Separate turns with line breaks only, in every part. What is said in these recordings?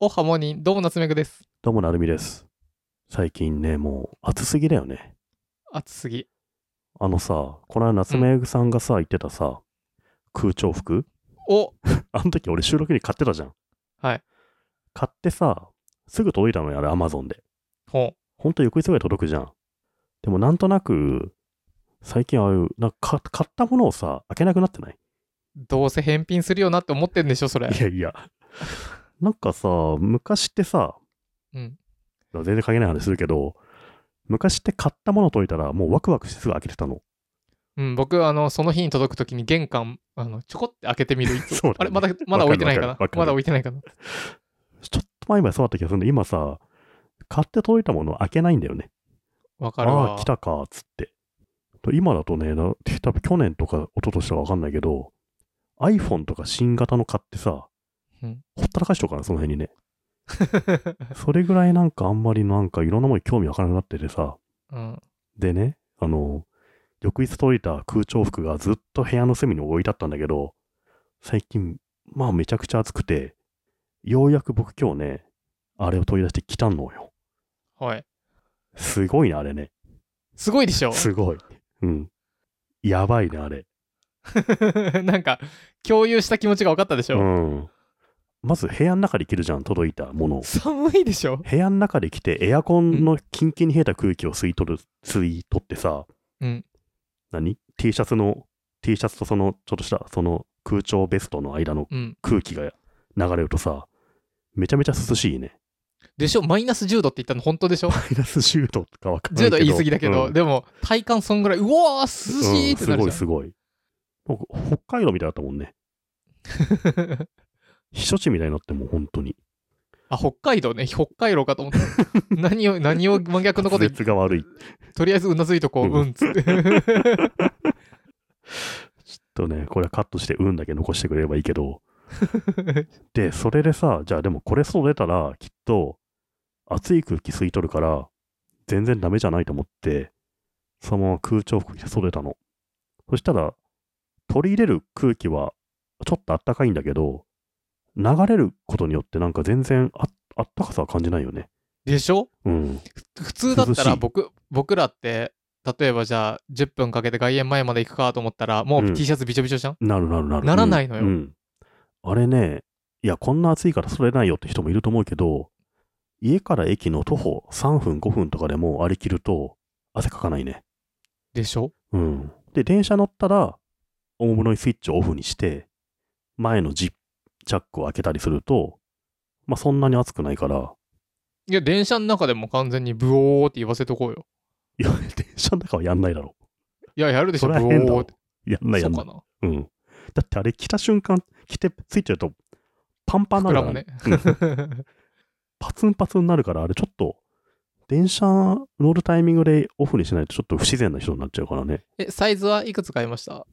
おはモーニン、どうも夏目くです。
どうもなるみです。最近ね、もう暑すぎだよね。
暑すぎ。
あのさ、この間夏目さんがさ、言ってたさ、空調服
お
あの時俺収録に買ってたじゃん。
はい。
買ってさ、すぐ届いたのよ、あれ、アマゾンで。
ほ。
ほんと翌日ぐらい届くじゃん。でもなんとなく、最近ああいう、なんかか買ったものをさ、開けなくなってないう
どうせ返品するよなって思ってんでしょ、それ。
いやいや。なんかさ、昔ってさ、
うん。
全然関係ない話するけど、昔って買ったもの解いたら、もうワクワクしてすぐ開けてたの。
うん、僕、あの、その日に届くときに玄関、あの、ちょこって開けてみる。いつも
そうだね
あれ、まだ、まだ置いてないか
わ
な
かるわかる
まだ置いてないかな
ちょっと前までそうだった気がするんで、今さ、買って届いたもの開けないんだよね。
わかる
あ
わ。
あ、来たか、つって。と今だとね、な多分去年とか一昨年とかわかんないけど、iPhone とか新型の買ってさ、
うん
ほったらかしとかな、その辺にね。それぐらいなんかあんまりなんかいろんなものに興味わからなくなっててさ、
うん。
でね、あの、翌日届いた空調服がずっと部屋の隅に置いてあったんだけど、最近、まあめちゃくちゃ暑くて、ようやく僕今日ね、あれを取り出してきたのよ。
はい。
すごいな、あれね。
すごいでしょ
すごい。うん。やばいね、あれ。
なんか、共有した気持ちが分かったでし
う
ょ、
ん。まず部屋の中で着るじゃん、届いたものを。
寒いでしょ
部屋の中で着て、エアコンのキンキンに冷えた空気を吸い取る、吸い取ってさ、
うん。
何 ?T シャツの、T シャツとその、ちょっとした、その空調ベストの間の
うん。
空気が流れるとさ、めちゃめちゃ涼しい ね。
でしょマイナス10度って言ったの本当でし ょ
マイナス10度とかわかんないけ
?10
ど。
度言い過ぎだけど、
うん
でも、体感そんぐらい、うわー、涼しいってなるじ
う
ゃ
ん
ん
す。ごいすごい。なんか北海道みたいだったもんね。避暑地みたいになってもう本当に。
あ、北海道ね。北海道かと思った。 何を、何を真逆のこと言
滑
って、
舌が悪い。ちょっ
とりあえずうなずいとこう、
うん
うん、つって。
とね、これはカットして運だけ残してくれればいいけど。 で、それでさ、じゃあでもこれ外出たら、きっと暑い空気吸い取るから、全然ダメじゃないと思って、そのまま空調服着て外出たの。そしたら、取り入れる空気はちょっとあったかいんだけど、流れることによってなんか全然ああったかさは感じないよね。
でしょ
うん。
普通だったら
涼しい
僕、僕らって、例えばじゃあ、10分かけて外苑前まで行くかと思ったら、もううん T シャツびちょびちょじゃん、
なるなるなる。
ならないのよ
うんうんあれね、いや、こんな暑いからそれないよって人もいると思うけど、家から駅の徒歩3分5分とかでも歩きると汗かかないね。
でしょ
うん。で、電車乗ったら、おもむろにスイッチをオフにして、前のジップジャックを開けたりすると、まあそんなに暑くないから、
いや、電車の中でも完全にブオーって言わせとこうよ。
いや、電車の中はやんないだろ
いや、やる
う。
でしょ、
そ
ブ
れ
オ
は変だ
ー
ろ
って。
う。やんない
そ
や
うんか
ない。
な。
うん。だってあれ着た瞬間、着てついてると、パンパンに
膨
な
ら
るか
む
ら、
ね。
パツンパツンになるから、あれちょっと、電車乗るタイミングでオフにしないとちょっと不自然な人になっちゃうからね。
え、サイズはいくつ買いました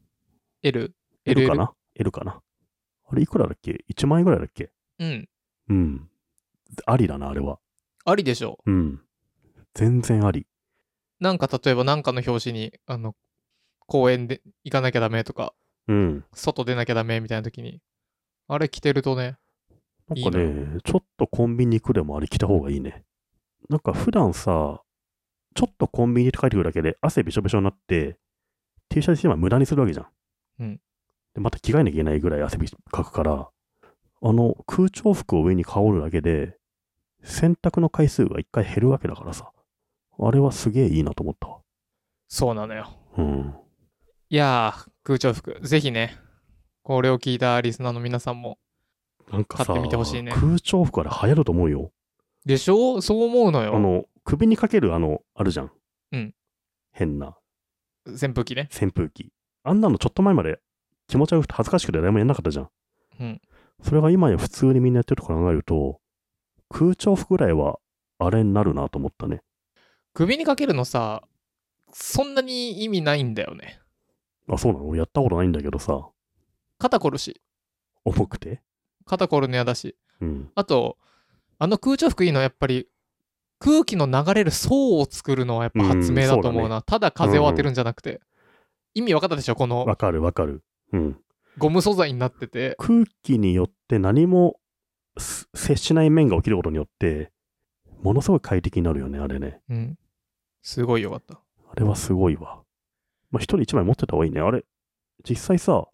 ?L?
L かな ?L かなあれいくらだっけ ?1 万円ぐらいだっけ
うん。
うん。ありだな、あれは。
ありでしょ
うん。全然あり。
なんか例えばなんかの表紙に、あの、公園で行かなきゃダメとか、
うん。
外出なきゃダメみたいな時に、あれ着てるとね、
なんか
い
ね、ちょっとコンビニ行くでもあれ着た方がいいね。なんか普段さ、ちょっとコンビニって書いてくるだけで汗びしょびしょになって、T シャツ1枚無駄にするわけじゃん。
うん
で、また着替えなきゃいけないぐらい汗びしかくから、あの空調服を上に羽織るだけで、洗濯の回数が1回減るわけだからさ。あれはすげえいいなと思ったわ。
そうなのよ。
うん。
いやー、空調服、ぜひね、これを聞いたリスナーの皆さんも。
なんかさ、
買ってみてほしいね
空調服あれ流行ると思うよ。
でしょそう思うの
あ
よ。
の、首にかけるあの、あるじゃん。
うん
変な
扇風機ね。
扇風機。あんなのちょっと前まで気持ち悪くて恥ずかしくて誰もやんなかったじゃん。
うん
それが今や普通にみんなやってると考えると、空調服ぐらいはあれになるなと思ったね。
首にかけるのさ、そんなに意味ないんだよね。
あ、そうなの俺やったことないんだけどさ、
肩こるし、
重くて。
肩こるの嫌だし。
うん。
あと、あの空調服いいのはやっぱり、空気の流れる層を作るのはやっぱ発明だと思う
うんそう
な。ただ風を当てるんじゃなくて。意味分かったでしょこの
わかるわかる。うん。
ゴム素材になってて。
空気によって何もす接しない面が起きることによって、ものすごい快適になるよね、あれね。
うん。すごいよかった。
あれはすごいわ。まあ、一人一枚持ってた方がいいね。あれ、実際さ、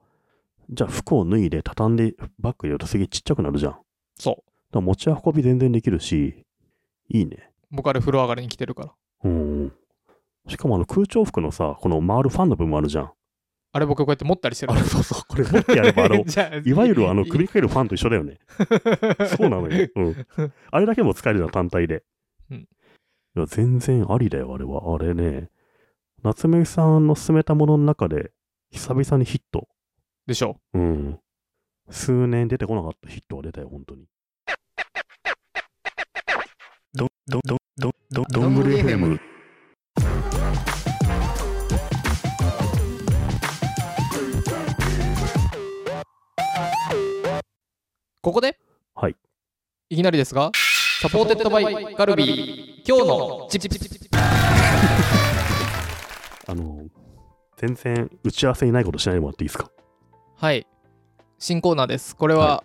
じゃあ服を脱いで畳んでバッグ入れるとすげえちっちゃくなるじゃん。だか
そう。
ら持ち運び全然できるし、いいね。
僕あれ風呂上がりに来てるから。
うん。しかもあの空調服のさ、この回るファンの部分もあるじゃん。
あれ僕こうやって持ったりしてる、
あれ、そうそう、 これ持ってやればあの
じゃあ
いわゆるあの首にかけるファンと一緒だよね。そうなの よ。うん。あれだけも使えるじゃん、単体で。
うん
いや、全然ありだよ、あれは。あれね。夏目さんの勧めたものの中で、久々にヒット。
でしょ
うん。数年出てこなかったヒットは出たよ、本当に。ど、ど、ど、ど、ど、
どんぐり FM。ここで
はい。
いきなりですが、サポーテッドバイカルビー、今日のチップ
あの、全然打ち合わせにないことしないでもらっていいですか
はい。新コーナーです。これは
は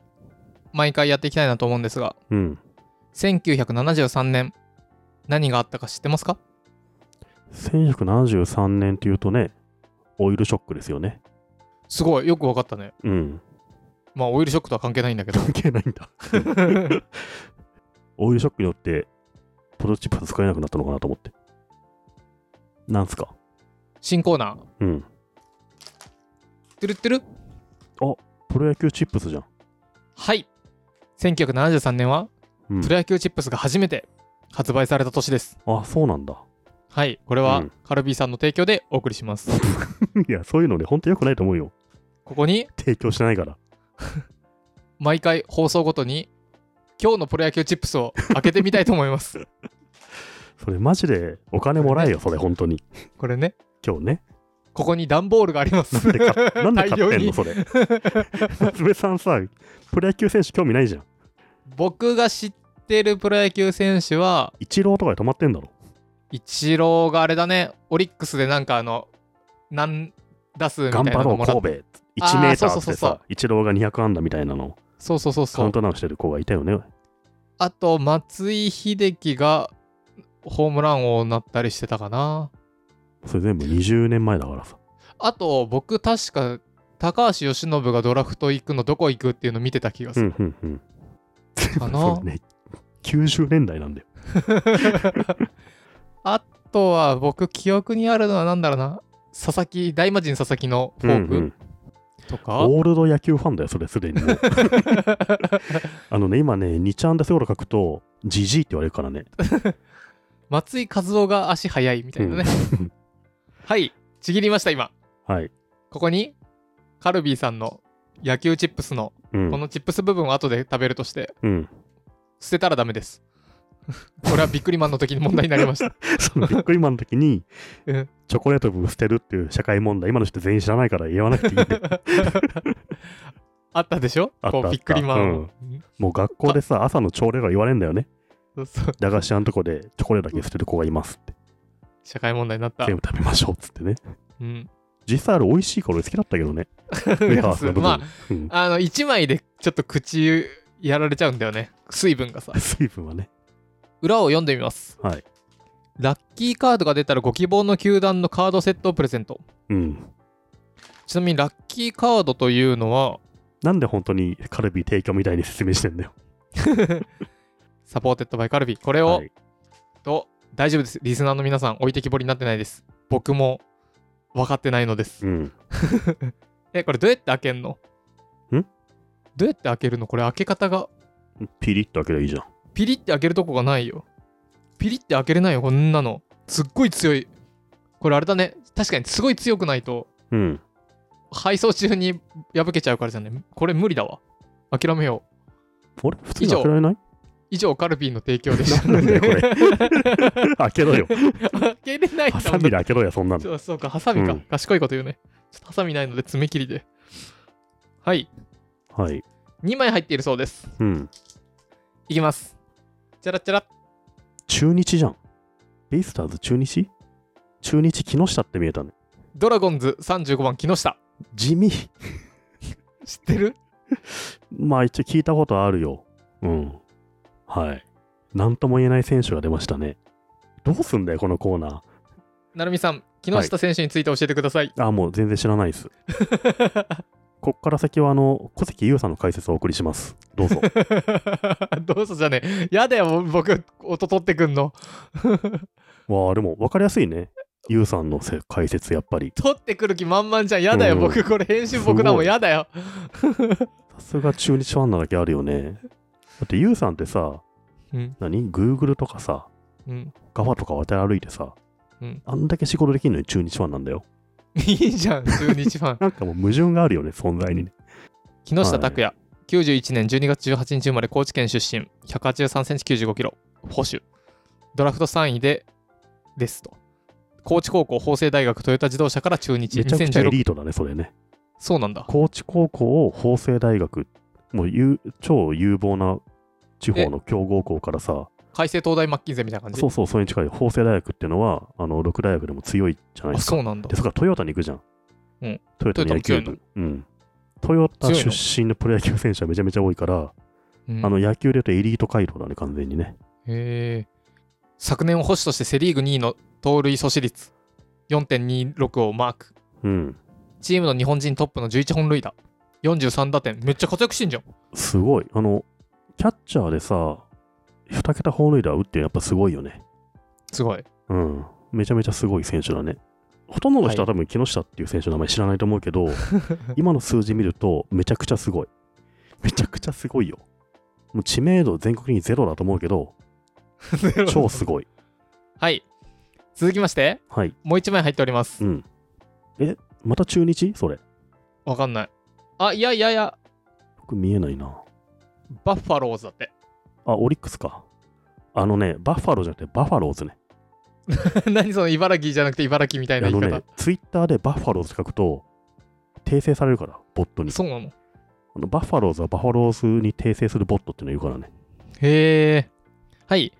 毎回やっていきたいなと思うんですが、
うん。
1973年、何があったか知ってますか
1173年っていうとね、オイルショックですよね。
すごい、よくわかったね。
うん。
まあ、オイルショックとは関係ないんだ けど。
関係ないんだ。オイルショックによって、プロトチップス使えなくなったのかなと思って。なんすか
新コーナー、
うん。
トゥルットゥル
プロ野球チップスじゃん。
はい。1973年は、
うん
プロ野球チップスが初めて発売された年です。
あ、そうなんだ。
はい。これは、
うん
カルビーさんの提供でお送りします。
いや、そういうのね、ほんと良くないと思うよ。
ここに、
提供してないから。
毎回放送ごとに、今日のプロ野球チップスを開けてみたいと思い ます。
それマジでお金もらえよ、それ、本当に。
これね、
今日ね。
ここに段ボールがあります。
なんで買っ なんで
大
買っ
量
てん
に
の、それ。 夏目さんさ、プロ野球選手興味ないじゃん。
僕が知ってるプロ野球選手は
イチローとかで止まってんだろ。
イチローがあれだねオリックスでなんかあの何打数みたい
頑
な
張ろ
の
う、
もらっ
神戸。1
あー
メータ
そうそうそう
ーって
そう
さ、イチローが200安打みたいなの
そうそうそう
カ
そ
ウ
う
ントダウンしてる子がいたよね。
あと松井秀喜がホームラン王になったりしてたかな
それ全部20年前だからさ。
あと僕確か高橋由伸がドラフト行くのどこ行くっていうの見てた気が
う
する
んうんうん。
かな、
そうね。90年代なんだよ。
あとは僕記憶にあるのは何だろうな佐々木大魔神佐々木のフォー
うんう
ク
ん
とか、
オールド野球ファンだよ、それ すでにもう。あのね、今ね、2ちゃんだせごろ書くと、ジジイって言われるからね。
松井一夫が足速いみたいなね、 はいちぎりました今
はい。
ここにカルビーさんの野球チップスの
う
こ
ん。
のチップス部分を後で食べるとして
うん。
捨てたらダメです これはビックリマンの時に問題になりま した
そのビックリマンの時に、
うん
チョコレート部捨てるっていう社会問題、今の人全員知らないから言わなくていいんだよ
あったでしょ
あった
こうビックリマンを、
もう学校でさ、朝の朝礼が言われんだよね。
そうそう
駄菓子屋のとこでチョコレートだけ捨てる子がいますって。
社会問題になった
全、部食べましょうっつってね。
うん、
実際あれ美味しいから俺好きだったけ どね。レアハウスの部分。
ま
うん、
あの1枚でちょっと口やられちゃうんだよね水分がさ
水分はね。
裏を読んでみます
はい。
ラッキーカードが出たらご希望の球団のカードセットをプレゼント
うん。
ちなみにラッキーカードというのは
なんで本当にカルビ提供みたいに説明してんだよ。
サポーテッドバイカルビこれを、
はい、
と大丈夫ですリスナーの皆さん置いてきぼりになってないです僕も分かってないのです、
うん。
えこれどうやって開けんの
ん
どうやって開けるのこれ開け方が
ピリッと開ければいいじゃん。
ピリって開けるとこがないよピリって開けれないよこんなのすっごい強いこれあれだね確かにすごい強くないと
うん。
配送中に破けちゃうからじゃねこれ無理だわ諦めよう
あれ普通に開けられない
以上カルビーの提供でした
なんだよこれ 開けろよ。
開けれないんだも
ハ
ん
サミで開けろよ、そんなの。
そうそうか、ハサミか、
うん
賢いこと言うね。ちょっとハサミないので爪切りで。はい。
はい。
2枚入っているそうです。
うん。
いきます。チャラチャラ。
中日じゃん。ベイスターズ中日中日木下って見えたね。
ドラゴンズ35番木下。
地味。
知ってる
まあ一応聞いたことあるよ。うん。はい。なんとも言えない選手が出ましたね。どうすんだよ、このコーナ
成美さん、木下選手について教えてください。
ー。あ、もう全然知らないです。こっから先は、あの、小関優さんの解説をお送りします。どうぞ。
どうぞじゃねえ。やだよ、僕、音取ってくんの。
わあ、でも分かりやすいね。優さんのせ解説、やっぱり。
取ってくる気満々じゃん。やだよ、
うん
僕、これ編集僕だも
すご
ん。
い
やだよ。
さすが中日ファンなだけあるよね。だって優さんってさ、
うん。
何 ?Google とかさ、
うん。
ガファとか渡り歩いてさ、
うん
あんだけ仕事できるのに中日ファンなんだよ。
いいじゃん、中日ファン。
なんかもう矛盾があるよね、存在にね。
木下拓也、91年12月18日生まれ高知県出身183センチ95キロ保守ドラフト3位でですと高知高校法政大学トヨタ自動車から中日
めちゃくちゃエ
2016
リートだね、それね。
そうなんだ
高知高校を法政大学、もう有超有望な地方の強豪校からさ、
海星東大マッキンゼみたいな感じ
そうそう、それに近い法政大学っていうのは、あの、六大学でも強いじゃな
あ
いですか。
そうなんだ
で、そっからトヨタに行くじゃん。
うん
トヨタの野球
トヨタも
部。うん。トヨタ
強い
出
の
身のプロ野球選手はめちゃめちゃ多いから、
うん
あの野球で言うとエリート街道だね、完全にね。
へえ昨年を保守としてセ・リーグ2位の盗塁阻止率4.26をマーク
うん。
チームの日本人トップの11本塁打43打点めっちゃ活躍してんじゃん
すごい。あの、キャッチャーでさ、2桁本塁打打ってやっぱすごいよね。
すごい
うん。めちゃめちゃすごい選手だね。ほとんどの人は
は
多分木下っていう選手の名前知らないと思うけど、 今の数字見るとめちゃくちゃすごい。めちゃくちゃすごいよ。もう知名度全国にゼロだと思うけ ど、超すごい。
はい続きまして
はい。
もう一枚入っております
うん。え、また中日それ。
わかんない。あ、いやいやいや、
僕見えないな。
バッファローズだって。
あ、オリックスか。あのね、バッファローじゃなくてバファローズね。
何その茨城じゃなくて茨城みたいな
あ
言
の
い方。
ね、ツイッターでバッファローズ書くと、訂正されるから、ボットに。
そうなの。
あのバッファローズはバファローズに訂正するボットっていうのがいるからね。
へえ。はい。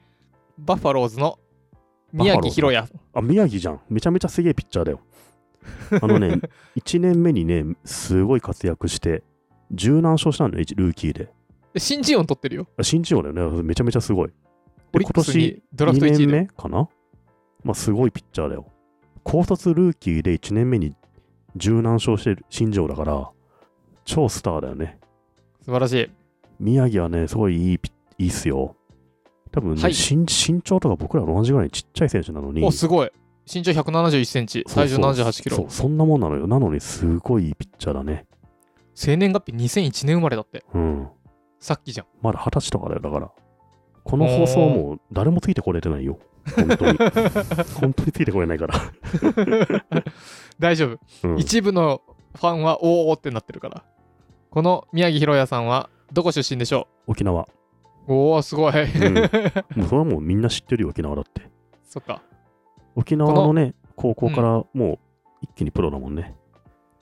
バッファローズの宮城宏也。
あ、宮城じゃん。めちゃめちゃすげえピッチャーだよ。あ のね、1年目にね、すごい活躍して、十何勝したんだよ、一ルーキーで。
新人王取ってるよ。
あ新人王だよね、めちゃめちゃすごい。
オリックスにドラフト
2
1位
年
で。
目かなまあ、すごいピッチャーだよ。高卒ルーキーで1年目に十何勝してる新庄だから、超スターだよね。
素晴らしい。
宮城はね、すごいいいピいいっすよ。多分ね、
はい
身身長とか僕らと同じぐらいちっちゃい選手なのに、
お、すごい。身長171センチ、体重78キ
そう
ロ。
そんなもんなのよ。なのに、すごいいいピッチャーだね。
生年月日2001年生まれだって。
うん。
さっきじゃん。
まだ二十歳とかだよ、だから。この放送もう誰もついてこれてないよ。本 当に。本当についてこれないから。
大丈夫。
うん、
一部のファンはおーおーってなってるから。この宮城宏也さんはどこ出身でしょ
沖縄。
うおお、すごい。
うんもうそれはもうみんな知ってるよ、沖縄だって。
そっか。
沖縄のね、高校からもう一気にプロだもんね。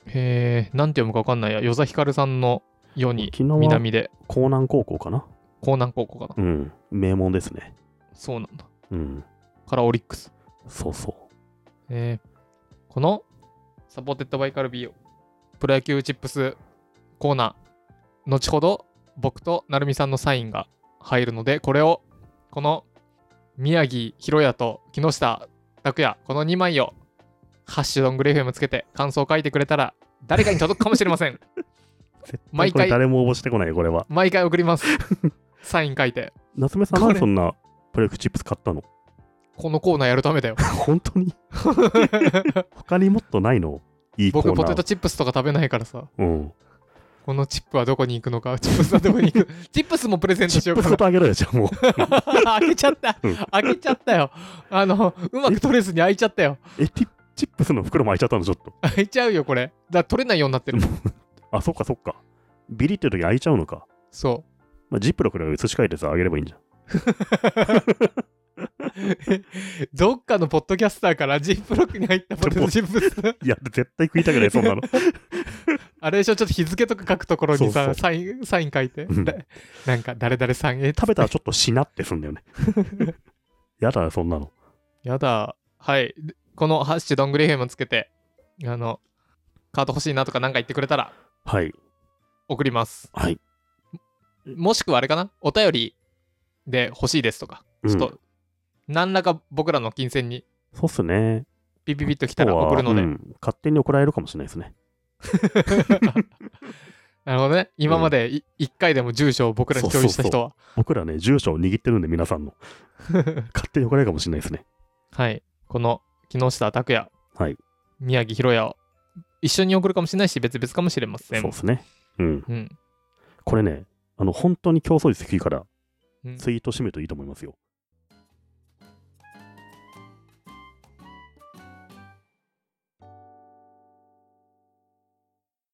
へえ、なんて読むか分かんないや。与座ひかるさんのように
沖縄
南で、
江南高校かな。
江南高校かな。
うん。名門ですね。
そうなんだ。
うん。
からオリックス。
そうそ
えー、このサポーテッドバイカルビープロ野球チップスコーナー、後ほど僕と成美さんのサインが入るので、これをこの宮城宏也と木下拓也、この2枚をハッシュドングレフェムつけて感想を書いてくれたら誰かに届くかもしれません。
う。
毎
これ
回
誰も応募してこないよ、これは。
毎回送ります。サイン書いて。
夏目さん、
これ
なんでそんなプロ野球チップス買 ったの
このコーナーやるためだよ。
本当に 他にもっとないのいいコーナ
僕
ー。
ポテトチップスとか食べないからさ
うん。
このチップはどこに行くのかチップスはどこに 行くチップスもプレゼントし
チ
よ
ッ
う
プス
かな
ごとあげろよ、じゃあもう。
開けちゃった
うん
開けちゃったよあのうまく取れずに開いちゃったよ
え、ティチップスの袋も開いちゃったの、ちょっと。
開いちゃうよこれだから取れないようになってる
あ、そっかそっか。ビリってる時開いちゃうのか。
そ
まあ、ジップロックで移し替えてさ、あげればいいんじゃん。
うどっかのポッドキャスターからジップロックに入ったポテトチップ ス
いや、絶対食いたくない、そんな の。
あれでしょちょっと日付とか書くところにさ
そうそう
サインサイン書いて、
うん
だなんか誰々さんへ
食べたらちょっとしなってす んだよね。やだな、そんなの。
やだ。はい。でこのハッシュドングリフェムつけて、あの、カード欲しいなとかなんか言ってくれたら
はい。
送ります。
はい。
もしくはあれかなお便りで欲しいですとか、ちょっ
うん
と、何らか僕らの金銭に
そうっすね。
ピピピッと来た
今日
ら
は
送るので、
うん勝手に怒られるかもしれないですね。
なるほどね。今まで1回でも住所を僕らに共有した人は。
僕らね、住所を握ってるんで、皆さんの。勝手に怒られるかもしれないですね。
はい。この木下拓也、
はい
宮城博也を一緒に送るかもしれないし、別々かもしれません。
そうですね。うん。
うん。
これね、あの、本当に競争率低いから、
うん
ツイート締めるといいと思いますよ。